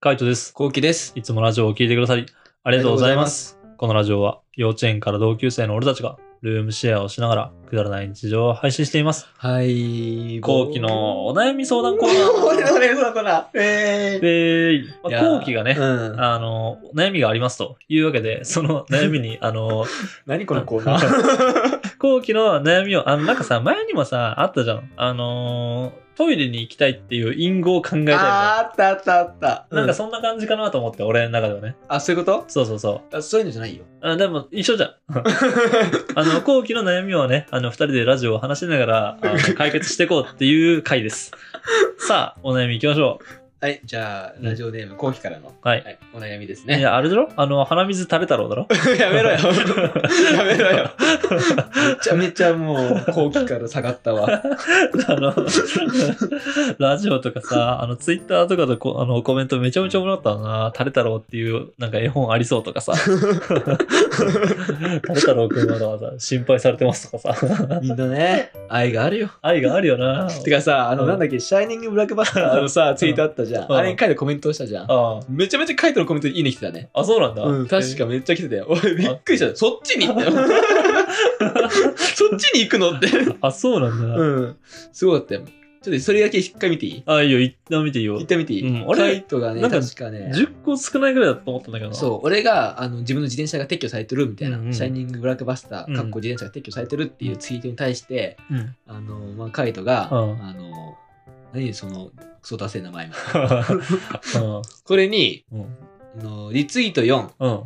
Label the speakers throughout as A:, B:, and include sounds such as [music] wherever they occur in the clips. A: カイトです。
B: こうきです。
A: いつもラジオを聞いてくださり、あ
B: あ
A: りがとうございます。このラジオは、幼稚園から同級生の俺たちが、ルームシェアをしながら、くだらない日常を配信しています。
B: はい。
A: 後期のお悩み相談コー
B: お
A: ナ
B: 俺の俺のコーナー。え
A: ー。で、ま
B: い
A: あ
B: や
A: 後期がね
B: ー。、うん。
A: あの、悩みがありますというわけで、その悩みに、あの、
B: 何このコ
A: [laughs]
B: ーナー。
A: 後期の悩みを、あの、なんかさ、前にもさ、あったじゃん。あの、トイレに行きたいっていう因語を考えたいみたいな。
B: あーあったあったあった。
A: なんか
B: う
A: そんな感じかなと思って、俺の中ではね。
B: あ、そういうこ
A: そうそうそう。
B: とあそういうのじゃないよ。 [laughs]
A: あでも一緒じゃん。あの、後期の悩みをね、あの、二人でラジオを話しながら、
B: [laughs]
A: あの解決していこうっていう回です。さあ、お悩み行きましょ
B: はい、じゃあ、ラジオネーム、こうきからの、
A: う。はい。
B: はい、お悩みです
A: い
B: ね。
A: や、あれだろあの、鼻水垂れ太郎
B: [laughs]
A: だろ
B: やめ
A: [laughs]
B: ろよ。やめろよ。めちゃめちゃもう、後期から下がったわ。
A: あの、 [laughs] ラジオとかさ、あの、ツイッターとかでこあのコメントめちゃめちゃ面白かったな。垂れ太郎っていう、なんか絵本ありそうとか
B: [laughs]
A: さ。垂れ太郎くんはわざわざ心配されてますとかさ。
B: [laughs]
A: [laughs]
B: みんなね、愛があるよ。
A: 愛があるよな。
B: てかさ、あの、
A: うん
B: なんだっけ、シャイニングブラックバスターのさ、ツイートあった
A: う
B: じゃ。
A: んん
B: あれに書いてコメントしたじゃん。
A: あ
B: めちゃめちゃ書いてるコメントいいね来てたね。
A: あ、あそうなんだ。
B: うん、確かめっちゃ来てたよ。俺びっくりした。そっちに行ったよ。 [laughs] そっちに行くのって。
A: あ、そうなんだ。
B: うん。すごかったよ。ちょっとそれだけ一回見ていい
A: あ、いいよ、一旦見ていいよ
B: 行っ。てみていい、
A: うん俺
B: 俺カイトがね、
A: なんか
B: 確かね、
A: 10個少ないぐらいだと思ったんだけどな。
B: そう、俺があの自分の自転車が撤去されてるみたいな、
A: うんうん
B: シャイニングブラックバスタ
A: うん
B: ー、かっこ自転車が撤去されてるっていうツイートに対して、
A: [laughs] うん。うん。
B: あの、まあ、カイトが、
A: うん
B: あの、何その、クソ出せえ名前も。これに、
A: うん。
B: あのリツイート4、
A: うん。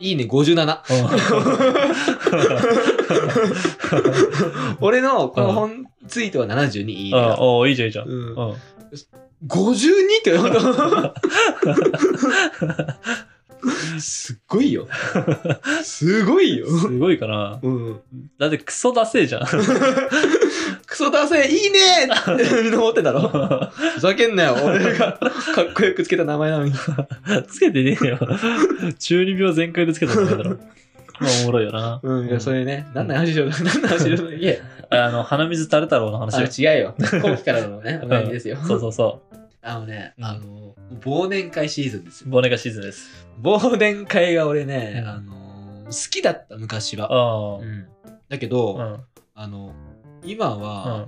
B: いいね57。俺のこの本ツイートは72いいね
A: あ
B: が。
A: あ、いいじゃん、いいじゃん。う
B: うん
A: ん。
B: 52って本当すっごいよ。すごいよ。
A: すごいかな。
B: うん、
A: だってクソダセえじゃん。 [laughs]
B: クソダセいいねってみんな思ってんだろふざけんなよ俺がかっこよくつけた名前なのに
A: つけてねえよ。中二病全開でつけたんだから。まあ、おもろいよな。
B: うんいやそれね何の話しよう何の話しよういえ
A: あの、鼻水垂れ太郎の
B: あ
A: 話。
B: 違
A: [laughs]
B: うよ後期からのねお悩みですよ
A: そうそうそ
B: あのね、
A: うん
B: あの忘年会シーズンです
A: う。
B: よ
A: 忘年会シーズンです。
B: 忘年会が俺ね、
A: うん
B: あの好きだった昔は、
A: あ
B: うんだけ
A: あ。
B: ど、
A: うん。
B: あの今
A: う
B: は、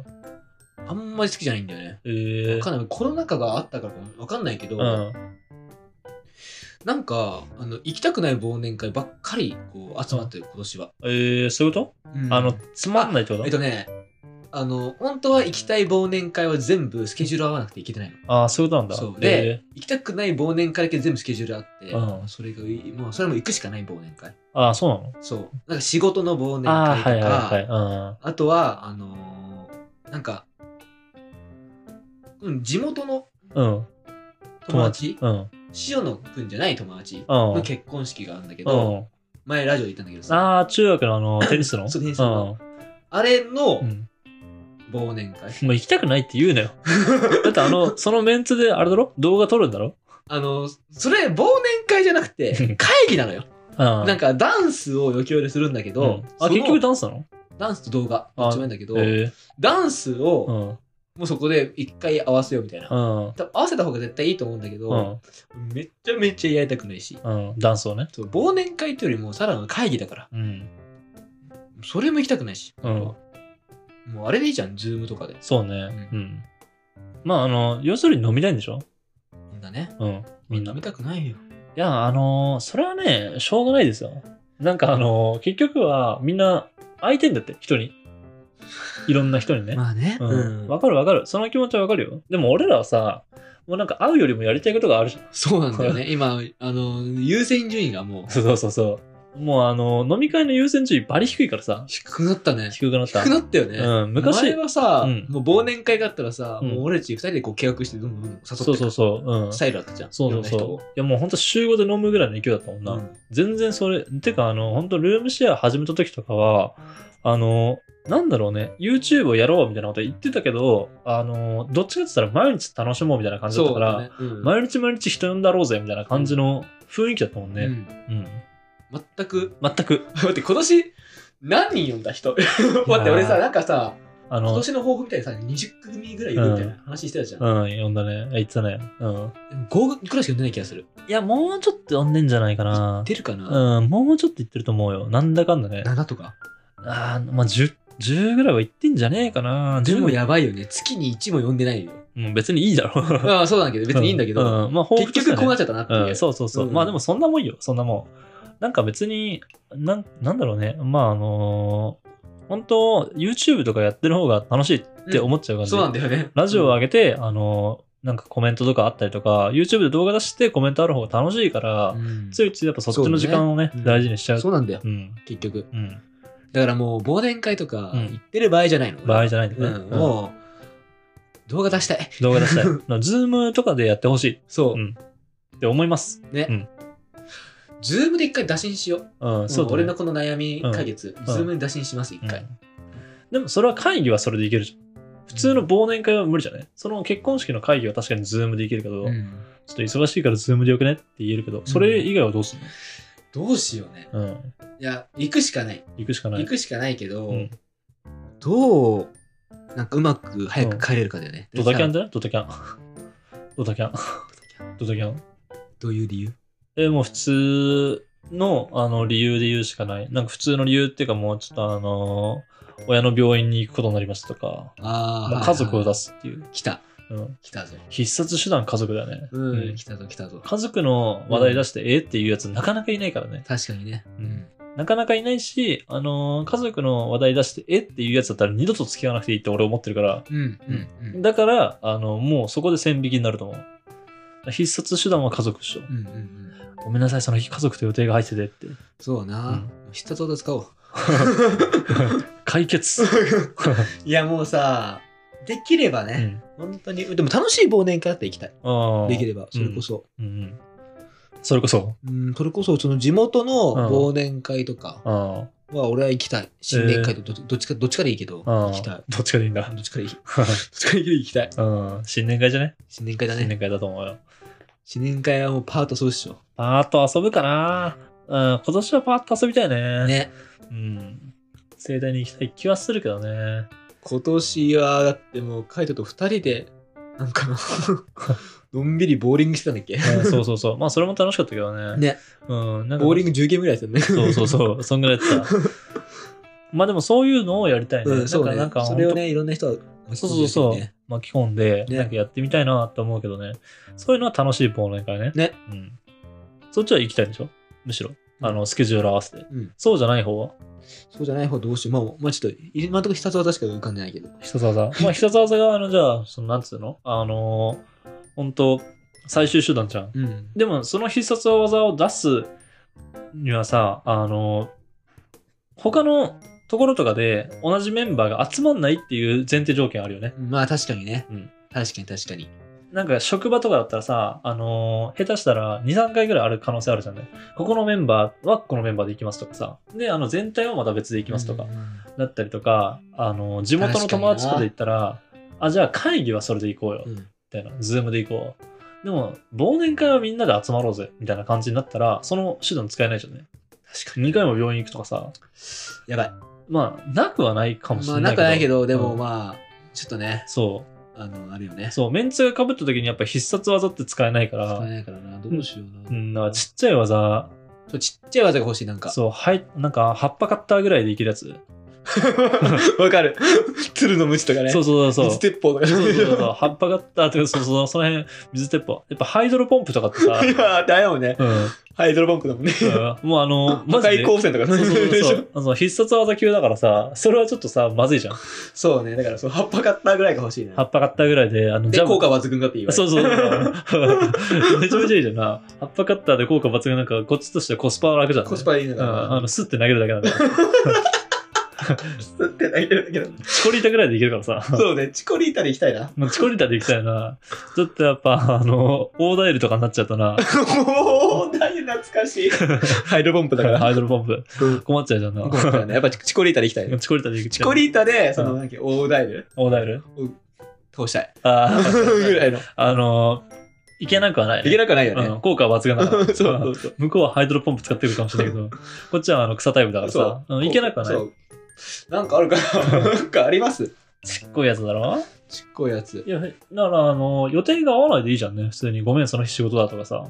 A: ん。
B: あんまり好きじゃないんだよね
A: ええ
B: わ。かんないコロナ禍があったからかわかんないけど、
A: うん。
B: なんかあの行きたくない忘年会ばっかりこう集まってる今年は、
A: ええ、そういうこ
B: うん
A: とあの、つまんないってこと
B: えっとねあの本当は行きたい忘年会は全部スケジュール合わなくていけてないの
A: ああ、そういうことなんだ。
B: そうで、行きたくない忘年会だけ全部スケジュールあって、
A: うん
B: それがもうそれも行くしかない忘年会
A: ああ、そうなの
B: そうなんか仕事の忘年
A: ああ、
B: 会とか
A: はいはい
B: あとはあのーなんか、うん、地元の
A: はい。うん。うん。
B: 友達
A: うん。
B: 塩野くんじゃない友達
A: う
B: の
A: ん。
B: 結婚式があるんだけ
A: う
B: ど、
A: ん。
B: 前ラジオで言ったんだけどさ
A: ああ、中学のあ
B: [coughs]
A: の、テニスの
B: そうテニスのあれの
A: うん。うん
B: 忘年会、
A: もう行きたくないって言うな
B: [laughs]
A: よ。だってあの、そのメンツであれだろ動画撮るんだろ
B: あのそれ忘年会じゃなくて会議なのよ
A: うん。
B: なんかダンスを余興ででするんだけ
A: う
B: ど
A: ん、あ、
B: その
A: 結局ダンスなの
B: ダンスと動画
A: あ
B: どっちもいいんだけど、
A: ええ。
B: ダンスを
A: う
B: も
A: ん。うん。
B: うそこで一回合わせようみたいな、
A: うん
B: 多分合わせた方が絶対いいと思うんだけ
A: う
B: ど、
A: ん。
B: めっちゃめちゃやりたくないし
A: うん。ダンスをね。
B: そう忘年会というよりもさらなる会議だから
A: うん。
B: それも行きたくないし、
A: うん
B: もうあれでいいじゃんズームとかで
A: そうね。うん。まあ、あの、要するに飲みたいんでしょ
B: みんなね
A: うん。みんな。
B: 飲みたくないよ
A: いや、あのーそれはね、しょうがないですよ。なんかあのー結局はみんな空いてんだって、人に。いろんな人にね。
B: まあね
A: うん。わ、かるわかる。その気持ちはわかるよ。でも俺らはさ、もうなんか会うよりもやりたいことがあるじゃん。
B: そうなんだよね今あの優先順位がも
A: [laughs]
B: う
A: そうそうそう。もうあのー飲み会の優先順位バリ低いからさ。
B: 低くなったね
A: 低くなっ
B: 低
A: た。
B: くなったよね、
A: うん、昔
B: 前。はさ、
A: うん
B: もう忘年会があったらさ、
A: うん
B: もう俺たち二人でこう契約してどんどんどんどん誘ってく
A: そうそうそう。うん。
B: ス
A: そ
B: タイルだったじゃん
A: うそう
B: いろんな人
A: そう
B: を。
A: いやもうほんと週5で飲むぐらいの勢いだったもんな。
B: うん
A: 全然それ、てかあの、本当ルームシェア始めた時とかは、あの、なんだろうね、YouTube をやろうみたいなこと言ってたけど、あの、どっちかって言ったら毎日楽しもうみたいな感じだった
B: そう
A: から、
B: だねうん
A: 毎日毎日人呼んだろうぜみたいな感じの雰囲気だったもん
B: う
A: ね。う
B: ん
A: ん。
B: 全く [laughs]
A: 全く。
B: 待って今年何人呼んだ人待って俺さなんかさ
A: あ
B: 今
A: の、
B: 年の抱負みたいにさ、20組ぐらい読むみたいな話してたじゃん。
A: うん、読んだね。あ言ってたね。うん。
B: 5くらいしか読んでない気がする。
A: いや、もうちょっと読んでんじゃないかな。
B: 出るかな、
A: うん、もうちょっと言ってると思うよ。なんだかんだね。
B: ?7 とか。
A: あーまあ、10、10ぐらいは言ってんじゃねえかな。
B: でも
A: 10
B: やばいよね。月に1も読んでないよ。
A: うん、別にいいだ [laughs] ろ。
B: ああ、そうなんだけど、別にいいんだけど、
A: うん、まあ、
B: 結局こうなっちゃったなっていう。
A: うん、そうそうそう、
B: うん
A: まあでもそんなもんよそんなもんなんか別になんなんだろうねまああのー本当 YouTube とかやってる方が楽しいって思っちゃう感じ、
B: そうなんだよね。
A: ラジオを上げて、あのーなんかコメントとかあったりとか YouTube で動画出してコメントある方が楽しいから、
B: うん
A: ついついやっぱそっちの時間をね
B: そうねうん
A: 大事にしちゃう
B: そうなんだよ
A: う、ん
B: 結局。
A: うん、
B: だからもう忘年会とか
A: うん
B: 行ってる場合じゃないの。
A: 場合じゃないんだ
B: う
A: よね、
B: ん、
A: うん
B: もう、動画出したい。
A: 動画出
B: [laughs]
A: したいな Zoom とかでやってほしい
B: そうう。
A: んって思います
B: ズームで一回打診しよう。
A: うんそうだ、ね、
B: 俺のこの悩み解決、
A: ん
B: ズームに打診します、一回。
A: でもそれは会議はそれでいけるじゃん。普通の忘年会は無理じゃないその結婚式の会議は確かにズームでいけるけど、
B: う
A: ちょ
B: ん
A: っと忙しいからズームでよくねって言えるけど、それ以外はどうする
B: どうしようね。
A: のうん、
B: いや、行くしかない。
A: 行くしかない。
B: 行くしかないけど、
A: うん
B: どう、なんかうまく早く帰れるかだよね。
A: ドタキャン
B: で
A: じゃないドタ [laughs] キャン。ドタキャン。ドタキャン。
B: さどういう理由
A: え、もう普通のあの理由で言うしかない。なんか普通の理由っていうかもうちょっとあの親の病院に行くことになりますとか、
B: あ
A: もう家族を出
B: す。
A: すっていう。
B: 来た。
A: うん、
B: 来たぞ。
A: 必殺手段家族だよね。
B: う
A: うん
B: ん、来たぞ、来たぞ。
A: 家族の話題出して、えっていうやつなかなかいないからね。
B: 確かにね。うん。
A: なかなかいないし、あのー家族の話題出して、えっていうやつだったら二度と付き合わなくていいって俺思ってるから、
B: うん、うん、うん。
A: だから、あのもうそこで線引きになると思う。必殺手段は家族でしょ
B: う。ん、うん、うん。
A: ごめんなさい、その日家族と予定が入ってて [laughs] って。
B: そうな。必殺技使おう。
A: 解 [laughs] 決。
B: いや、もうさ、できれば
A: う
B: ね、
A: ん、
B: 本当に、でも楽しい忘年会だったら行きたい。
A: ああ
B: できれば、それこそ。
A: うんうん。それこそ。
B: うん、それこそ、その地元の忘年会とか
A: あ
B: は俺は行きたい。新年会とどどっちか、どっちかでいいけど、
A: あああ
B: 行きたい。
A: どっちかでいいんだ。
B: どっちかでい
A: [laughs]
B: い。どっちかでいいけど行きたい。
A: うん、新年会じゃね
B: 新年会だ
A: 新
B: ね。
A: 年会だと思うよ。
B: 新年会はもうパートそうっしょ。
A: パーッと遊ぶかな。うん、今年はパーッと遊びたいね。
B: ね。
A: うん。盛大に行きたい気はするけどね。
B: 今年は、だってもう、カイトと二人で、なんかな、
A: [laughs]
B: のんびりボーリングしてたんだっけ
A: うんそうそう
B: [laughs]
A: そう。まあ、それも楽しかったけどね。
B: ね。
A: うん。なんか
B: ボーリング10ゲームぐらいですよね。
A: そうそうそう。そんぐらいやって
B: [laughs]
A: た。まあ、でもそういうのをやりたいね。
B: うん、そう
A: な
B: ね
A: んか、なんか、
B: それをね、いろんな人は巻き
A: 本当、そうそ
B: 込んで
A: う
B: る
A: そう
B: ね。。
A: 巻き込んで、
B: ね
A: なんかやってみたいなと思うけどね。そういうのは楽しい忘年会ね。
B: ね。
A: うん。そっちは行きたいんでしょむしろ。あの、スケジュール合わせて。
B: うん、
A: そうじゃない方は
B: そうじゃない方どうしよう。まあ、まあ、ちょっと、今のところ必殺技しか浮かんでないけど。
A: 必殺技。
B: [laughs]
A: まあ、必殺技が、あの、じゃあ、その、なんつうのあのー、本当最終手段じゃん。
B: うん。
A: でもその必殺技を出すにはさあの他のところとかで同じメンバーが集まんないっていう前提条件あるよね。
B: まあ、確かにね。
A: うん
B: 確かに確かに。
A: なんか職場とかだったらさ、あの下手したら2、3回ぐらいある可能性あるじゃんね。ここのメンバーはこのメンバーで行きますとかさ。で、あの全体はまた別で行きますとか
B: う。ん
A: だったりとか、あの地元の友達とかで行ったら、あ、じゃあ会議はそれで行こうよ。
B: うん。
A: みたいな、ズームで行こう。でも、忘年会はみんなで集まろうぜ、みたいな感じになったら、その手段使えないじゃんね。
B: 確かに。
A: 2回も病院行くとかさ、
B: やばい。
A: まあ、なくはないかもし
B: ま
A: れ
B: あ、
A: な
B: ない
A: けど。
B: んかないけど、でも
A: うん
B: まあ、ちょっとね、
A: そ
B: あの、あるよ
A: う。
B: ね。
A: そう、メンツが被った時にやっぱ必殺技って使えないか
B: 使え
A: ら、
B: ないからな。どうしような。
A: うん、なんかちっちゃい技、
B: そうちっちゃい技が欲しい、なんか。
A: そう、はい、なんか葉っぱカッターぐらいでいけるやつ。
B: [laughs] わかる。鶴の鞭とかね。
A: そうそうそうそう。
B: 水鉄砲とかね。
A: そうそうそう、葉っぱカッターとか、そうそう、その辺、水鉄砲。やっぱハイドロポンプとかって
B: [laughs]
A: さ、
B: いやー、だよね。
A: うん、うん
B: ハイドロバンクだもんね。
A: もうあの、
B: 破
A: マジで
B: 壊光線とか
A: そうそうそう
B: で
A: そ
B: しょ
A: う。あの必殺技級だからさ、それはちょっとさ、まずいじゃん。
B: そうね、だからその葉っぱカッターぐらいが欲しいね
A: 葉。っぱ買ったぐらいで、あの、
B: で、
A: ジャム
B: 効。果抜群だって言われ
A: そう
B: る。
A: そうそう。 [laughs] めちゃめちゃいいじゃんな。葉っぱカッターで効果抜群なんか、こっちとしてはコスパは楽じゃん、
B: コスパいいの
A: う
B: か
A: ん、あ
B: な。
A: の、スッて投げるだけなんだから。
B: 吸って泣いてるんだけど。
A: チコリータぐらいでいけるからさ。
B: そうね、チコリータで行きた
A: [laughs]
B: いな。
A: もうチコリータでいきたいな。ちょっとやっぱ、あの、オーダイルとかになっちゃうとな。
B: おー、大変懐かしい。ハイドロポンプだから。
A: ハイドルポンプ。困っちゃうじゃんな。
B: やっぱチコリータで行きたい。
A: チコリータでいきたい。
B: チコリータで、その、なんだっけ、オーダイル
A: オーダイル
B: 倒したい。
A: あ
B: ぐ [laughs]
A: あ、
B: らいの。い
A: あの、いけなくはない、ね。
B: けなくはないよ
A: う
B: ね。
A: ん効果は抜群だから。
B: [laughs] そうそうそう。
A: 向こうはハイドロポンプ使ってくるかもしれないけど、こっちはあの草タイプだからさ、うんいけなくはない。 [laughs]
B: そう。なんかあるかななんかあります
A: ちっこいやつだろ
B: ちっこいやつ
A: い。や、なら、あの、予定が合わないでいいじゃんね。普通に、ごめん、その日仕事だとかさ。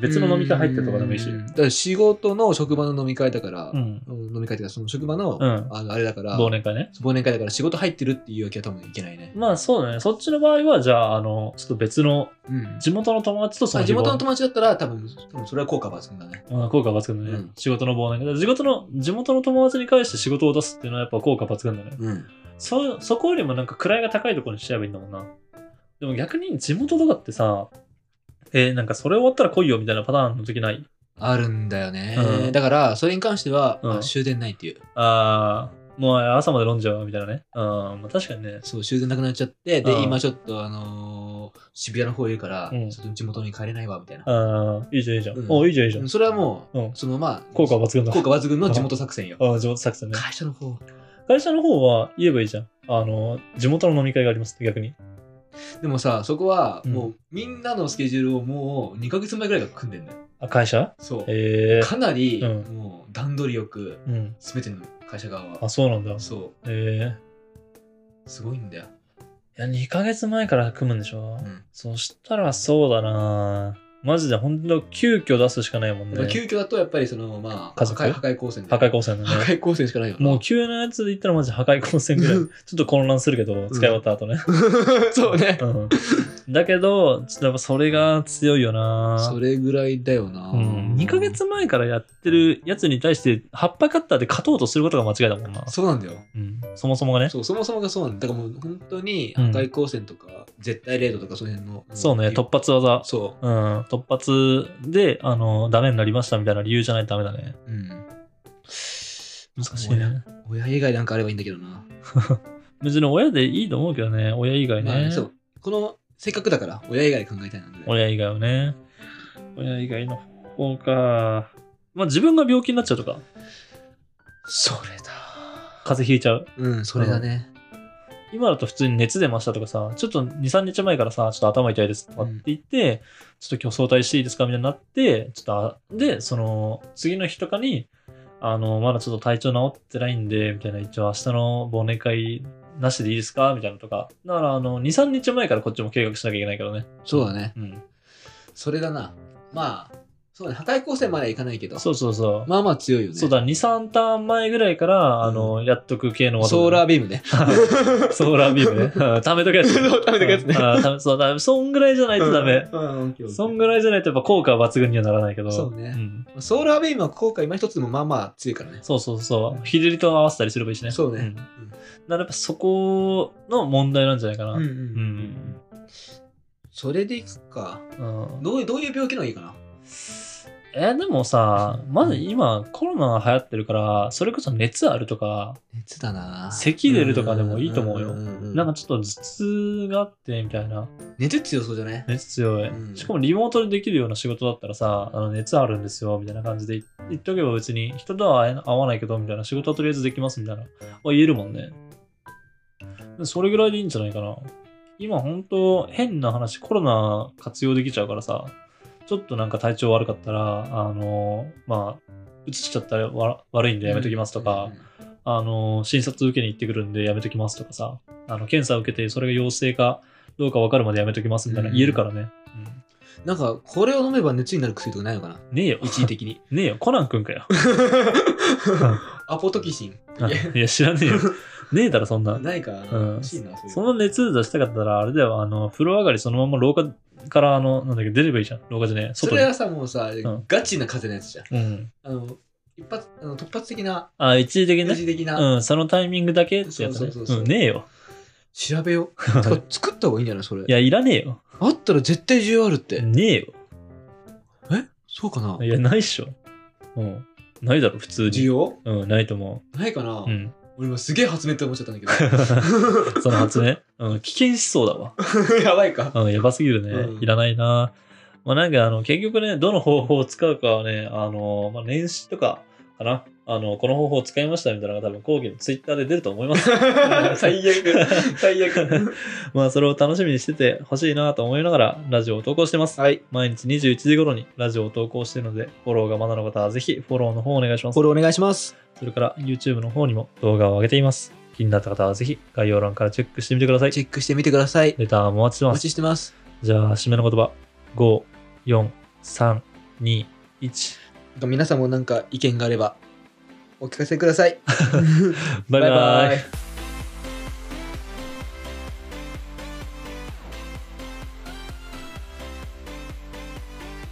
A: 別の飲み会入ってるとかでもいいし。
B: う
A: うんん。
B: だから仕事の職場の飲み会だから、
A: うん。
B: 飲み会っていうか、その職場の、
A: うん
B: あのあれだから、
A: 忘年会ね。
B: 忘年会だから仕事入ってるっていうわけは多分いけないね。
A: まあそうだね。そっちの場合は、じゃあ、あの、ちょっと別の、
B: うん。
A: 地元の友達とそ
B: あ
A: の
B: 地元
A: 友
B: の友達だったら多分、うんそれは効果抜群だね。
A: 達。効果抜群だね、
B: うん
A: 仕事の忘年会。だから地元の、地元の友達に返して仕事を出すっていうのはやっぱ効果抜群だね。
B: うん。
A: そ、そこよりもなんか位が高いところにしちゃえばいいんだもんな。でも逆に地元とかってさ、えーなんかそれ終わったら来いよみたいなパターンの時ない
B: あるんだよね。
A: うん
B: だから、それに関しては、
A: うん
B: あ終電ないっていう。
A: ああ、もう朝まで飲んじゃうみたいなね。うん、まあ確かにね。
B: そう、終電なくなっちゃって、
A: う
B: で、
A: ん
B: 今ちょっと、あのー渋谷の方いるから、
A: うん
B: ちょっと地元に帰れないわ、みたいな。
A: ああ、いいじゃんいいじゃん。
B: うん
A: おいいじゃんいいじゃん。
B: それはもう、
A: うん
B: そのまあ、
A: 効果抜群だ
B: 効果抜群の地元作戦よ。
A: ああ、地元作戦ね。
B: 会社の方。
A: 会社の方は言えばいいじゃん。あの、地元の飲み会がありますって逆に。
B: でもさ、そこは、
A: うん
B: もう、みんなのスケジュールをもう、2ヶ月前ぐらいから組んでんだよ。
A: あ、会社
B: そう。
A: ええ
B: かなり、
A: うん
B: もう、段取りよく、
A: うん。
B: すべての会社側
A: あ、
B: は。
A: そうなんだ。
B: そ
A: え
B: う。すごいんだよ。
A: えいや、2ヶ月前から組むんでしょ、
B: うん。
A: そしたらそうだなマジで本当急遽出すしかないもん
B: やっ
A: ね
B: ぱ。急遽だと、やっぱりその、ま
A: 家
B: あ、破
A: 族
B: 壊破壊光線で
A: 破壊光線だ
B: 破
A: ね。
B: 壊光線しかないよな。
A: もう急なやつで言ったらマジ破壊光線ぐらい。
B: [laughs]
A: ちょっと混乱するけど、使い終わった後ね。
B: そうね。
A: うんだけど、ちょっとやっぱそれが強いよな
B: それぐらいだよな。
A: うん、2ヶ月前からやってるやつに対して、葉っぱカッターで勝とうとすることが間違いだもんな。
B: そうなんだよ。
A: うん、そもそもがね。
B: そう、そもそもがそうなんだ。だからもう本当に
A: う
B: 破
A: ん
B: 壊光線とか、絶対レートとかその辺の。
A: そうね、突発技。
B: そ
A: うん、突発で、あの、ダメになりましたみたいな理由じゃないとダメだね。
B: う。うん。
A: 難しいね。
B: 親以外なんかあればいいんだけどな。
A: 別に親でいいと思うけどね、親以外
B: まあ
A: ね。
B: ねそう。この、せっかくだから、親以外考えたいなぐらい。
A: 親以外はね。親以外の方か。まあ自分が病気になっちゃうとか、
B: それだ。
A: 風邪ひいちゃう。
B: うん、それだね。
A: 今だと普通に熱出ましたとかさ、ちょっと2、3日前からさ、ちょっと頭痛いですとかって言って、ちょっと今日早退していいですかみたいになって、ちょっとあ、で、その、次の日とかに、あの、まだちょっと体調治ってないんで、みたいな、一応明日の忘年会なしでいいですかみたいなのとか。だから、あの、2、3日前からこっちも計画しなきゃいけないけどね。
B: そうだね。
A: うん。
B: それだな。まあ、そうね。破壊光線まではいかないけど。
A: そうそうそう。
B: まあまあ強いよね。
A: そうだ、2、3ターン前ぐらいから、あの、
B: う
A: やっとく系の
B: ソーラー
A: ー
B: ビームね。
A: [laughs] ソーラービームね。うん貯めとけやつ。
B: [laughs] そう貯めとくやつね
A: うん。うん貯めそうだ、そんぐらいじゃないとダメ。
B: うん。うん
A: そんぐらいじゃないとやっぱ効果は抜群にはならないけど。
B: そうね
A: ん
B: ソーラーベイムは効果今一つでもまあまあ強いからね。
A: そうそうそうう。
B: ん
A: 日照りと合わせたりすればいいしね。
B: そうね
A: んだからやっぱそこの問題なんじゃないかな。
B: うんうん
A: うん。
B: それでいくか。
A: うん
B: どういう、どういう病気のがいいかな
A: えーでもさ、まず今コロナが流行ってるから、それこそ熱あるとか、
B: 熱だな
A: 咳出るとかでもいいと思うよなん
B: か
A: かちょっと頭痛があってみたいな。
B: 熱強そうじゃね
A: 熱強い
B: うん。
A: しかもリモートでできるような仕事だったらさ、あの熱あるんですよ、みたいな感じで言っとけば別に人とは会えな会わないけど、みたいな仕事はとりあえずできます、みたいな。は言えるもんね。それぐらいでいいんじゃないかな。今ほんと変な話、コロナ活用できちゃうからさ、ちょっとなんか体調悪かったら、あの、まあ、移しちゃったらわ悪いんでやめときますとか、あの、診察受けに行ってくるんでやめときますとかさ、あの、検査受けてそれが陽性かどうか分かるまでやめときますみたいな
B: うん
A: 言えるからね。うん
B: なんかこれを飲めば熱になる薬とかないのかな
A: ねえよ。
B: 一
A: [laughs]
B: 時的に
A: ねえよ。コナンくんかよ。
B: アポトキシン
A: いや、知らねえよ。ねえだろ、そんな。
B: [laughs] ないか
A: うん
B: 欲しいな
A: そ
B: そ
A: の熱出したかったら、あれだよ、あの、風呂上がりそのまま廊下から、あの、なんだっけ、出ればいいじゃん。廊下じゃねえ。
B: そ
A: 外
B: れ
A: に。
B: はさもうさ
A: ん
B: ガチな風邪のやつじゃん
A: うん。
B: あの一発あの突発的な
A: あ、一時的に
B: 一
A: ね。
B: 時的な
A: うん、そのタイミングだけってやつ
B: そう
A: ね。
B: そうそうそう
A: うん、ねえよ。
B: 調
A: [laughs]
B: べようてか作った方がいいんじゃないそれ
A: いや、いらねえよ。
B: あったら絶対需要あるって
A: ねえよ。
B: えそうかない
A: や、ないっしょ。うん。ないだろ、普通
B: 需
A: に。
B: 要
A: うん、ないと思
B: ないかな
A: う。うん。
B: 俺今すげえ発明って思っちゃった
A: [laughs]
B: んだけど
A: その発明。うん、危険思想だわ。
B: やばい
A: [laughs]
B: か
A: うん、やばすぎるね。
B: うん
A: いらないな。まあなんかあの、結局ね、どの方法を使うかはね、あの、まあ年始とかかな。あの、この方法を使いましたみたいなのが多分後期のツイッターで出ると思います。
B: [laughs]
A: [laughs]
B: 最悪最悪
A: まあそれを楽しみにしててほしいなと思いながらラジオを投稿してます。
B: はい
A: 毎日21時頃にラジオを投稿してるので、フォローがまだの方はぜひフォローの方をお願いします
B: フォ。ローお願いします
A: それから YouTube の方にも動画を上げています。気になった方はぜひ概要欄からチェックしてみてください。
B: チェックしてみてください。
A: レターもお待ちして
B: お
A: ま
B: 待
A: す。
B: ちしてます。
A: じゃあ、締めの言葉。5、4、3、2、1。
B: なんか皆さんもなんか意見があればお聞かせください。
A: [laughs] バイバイ。
B: イ。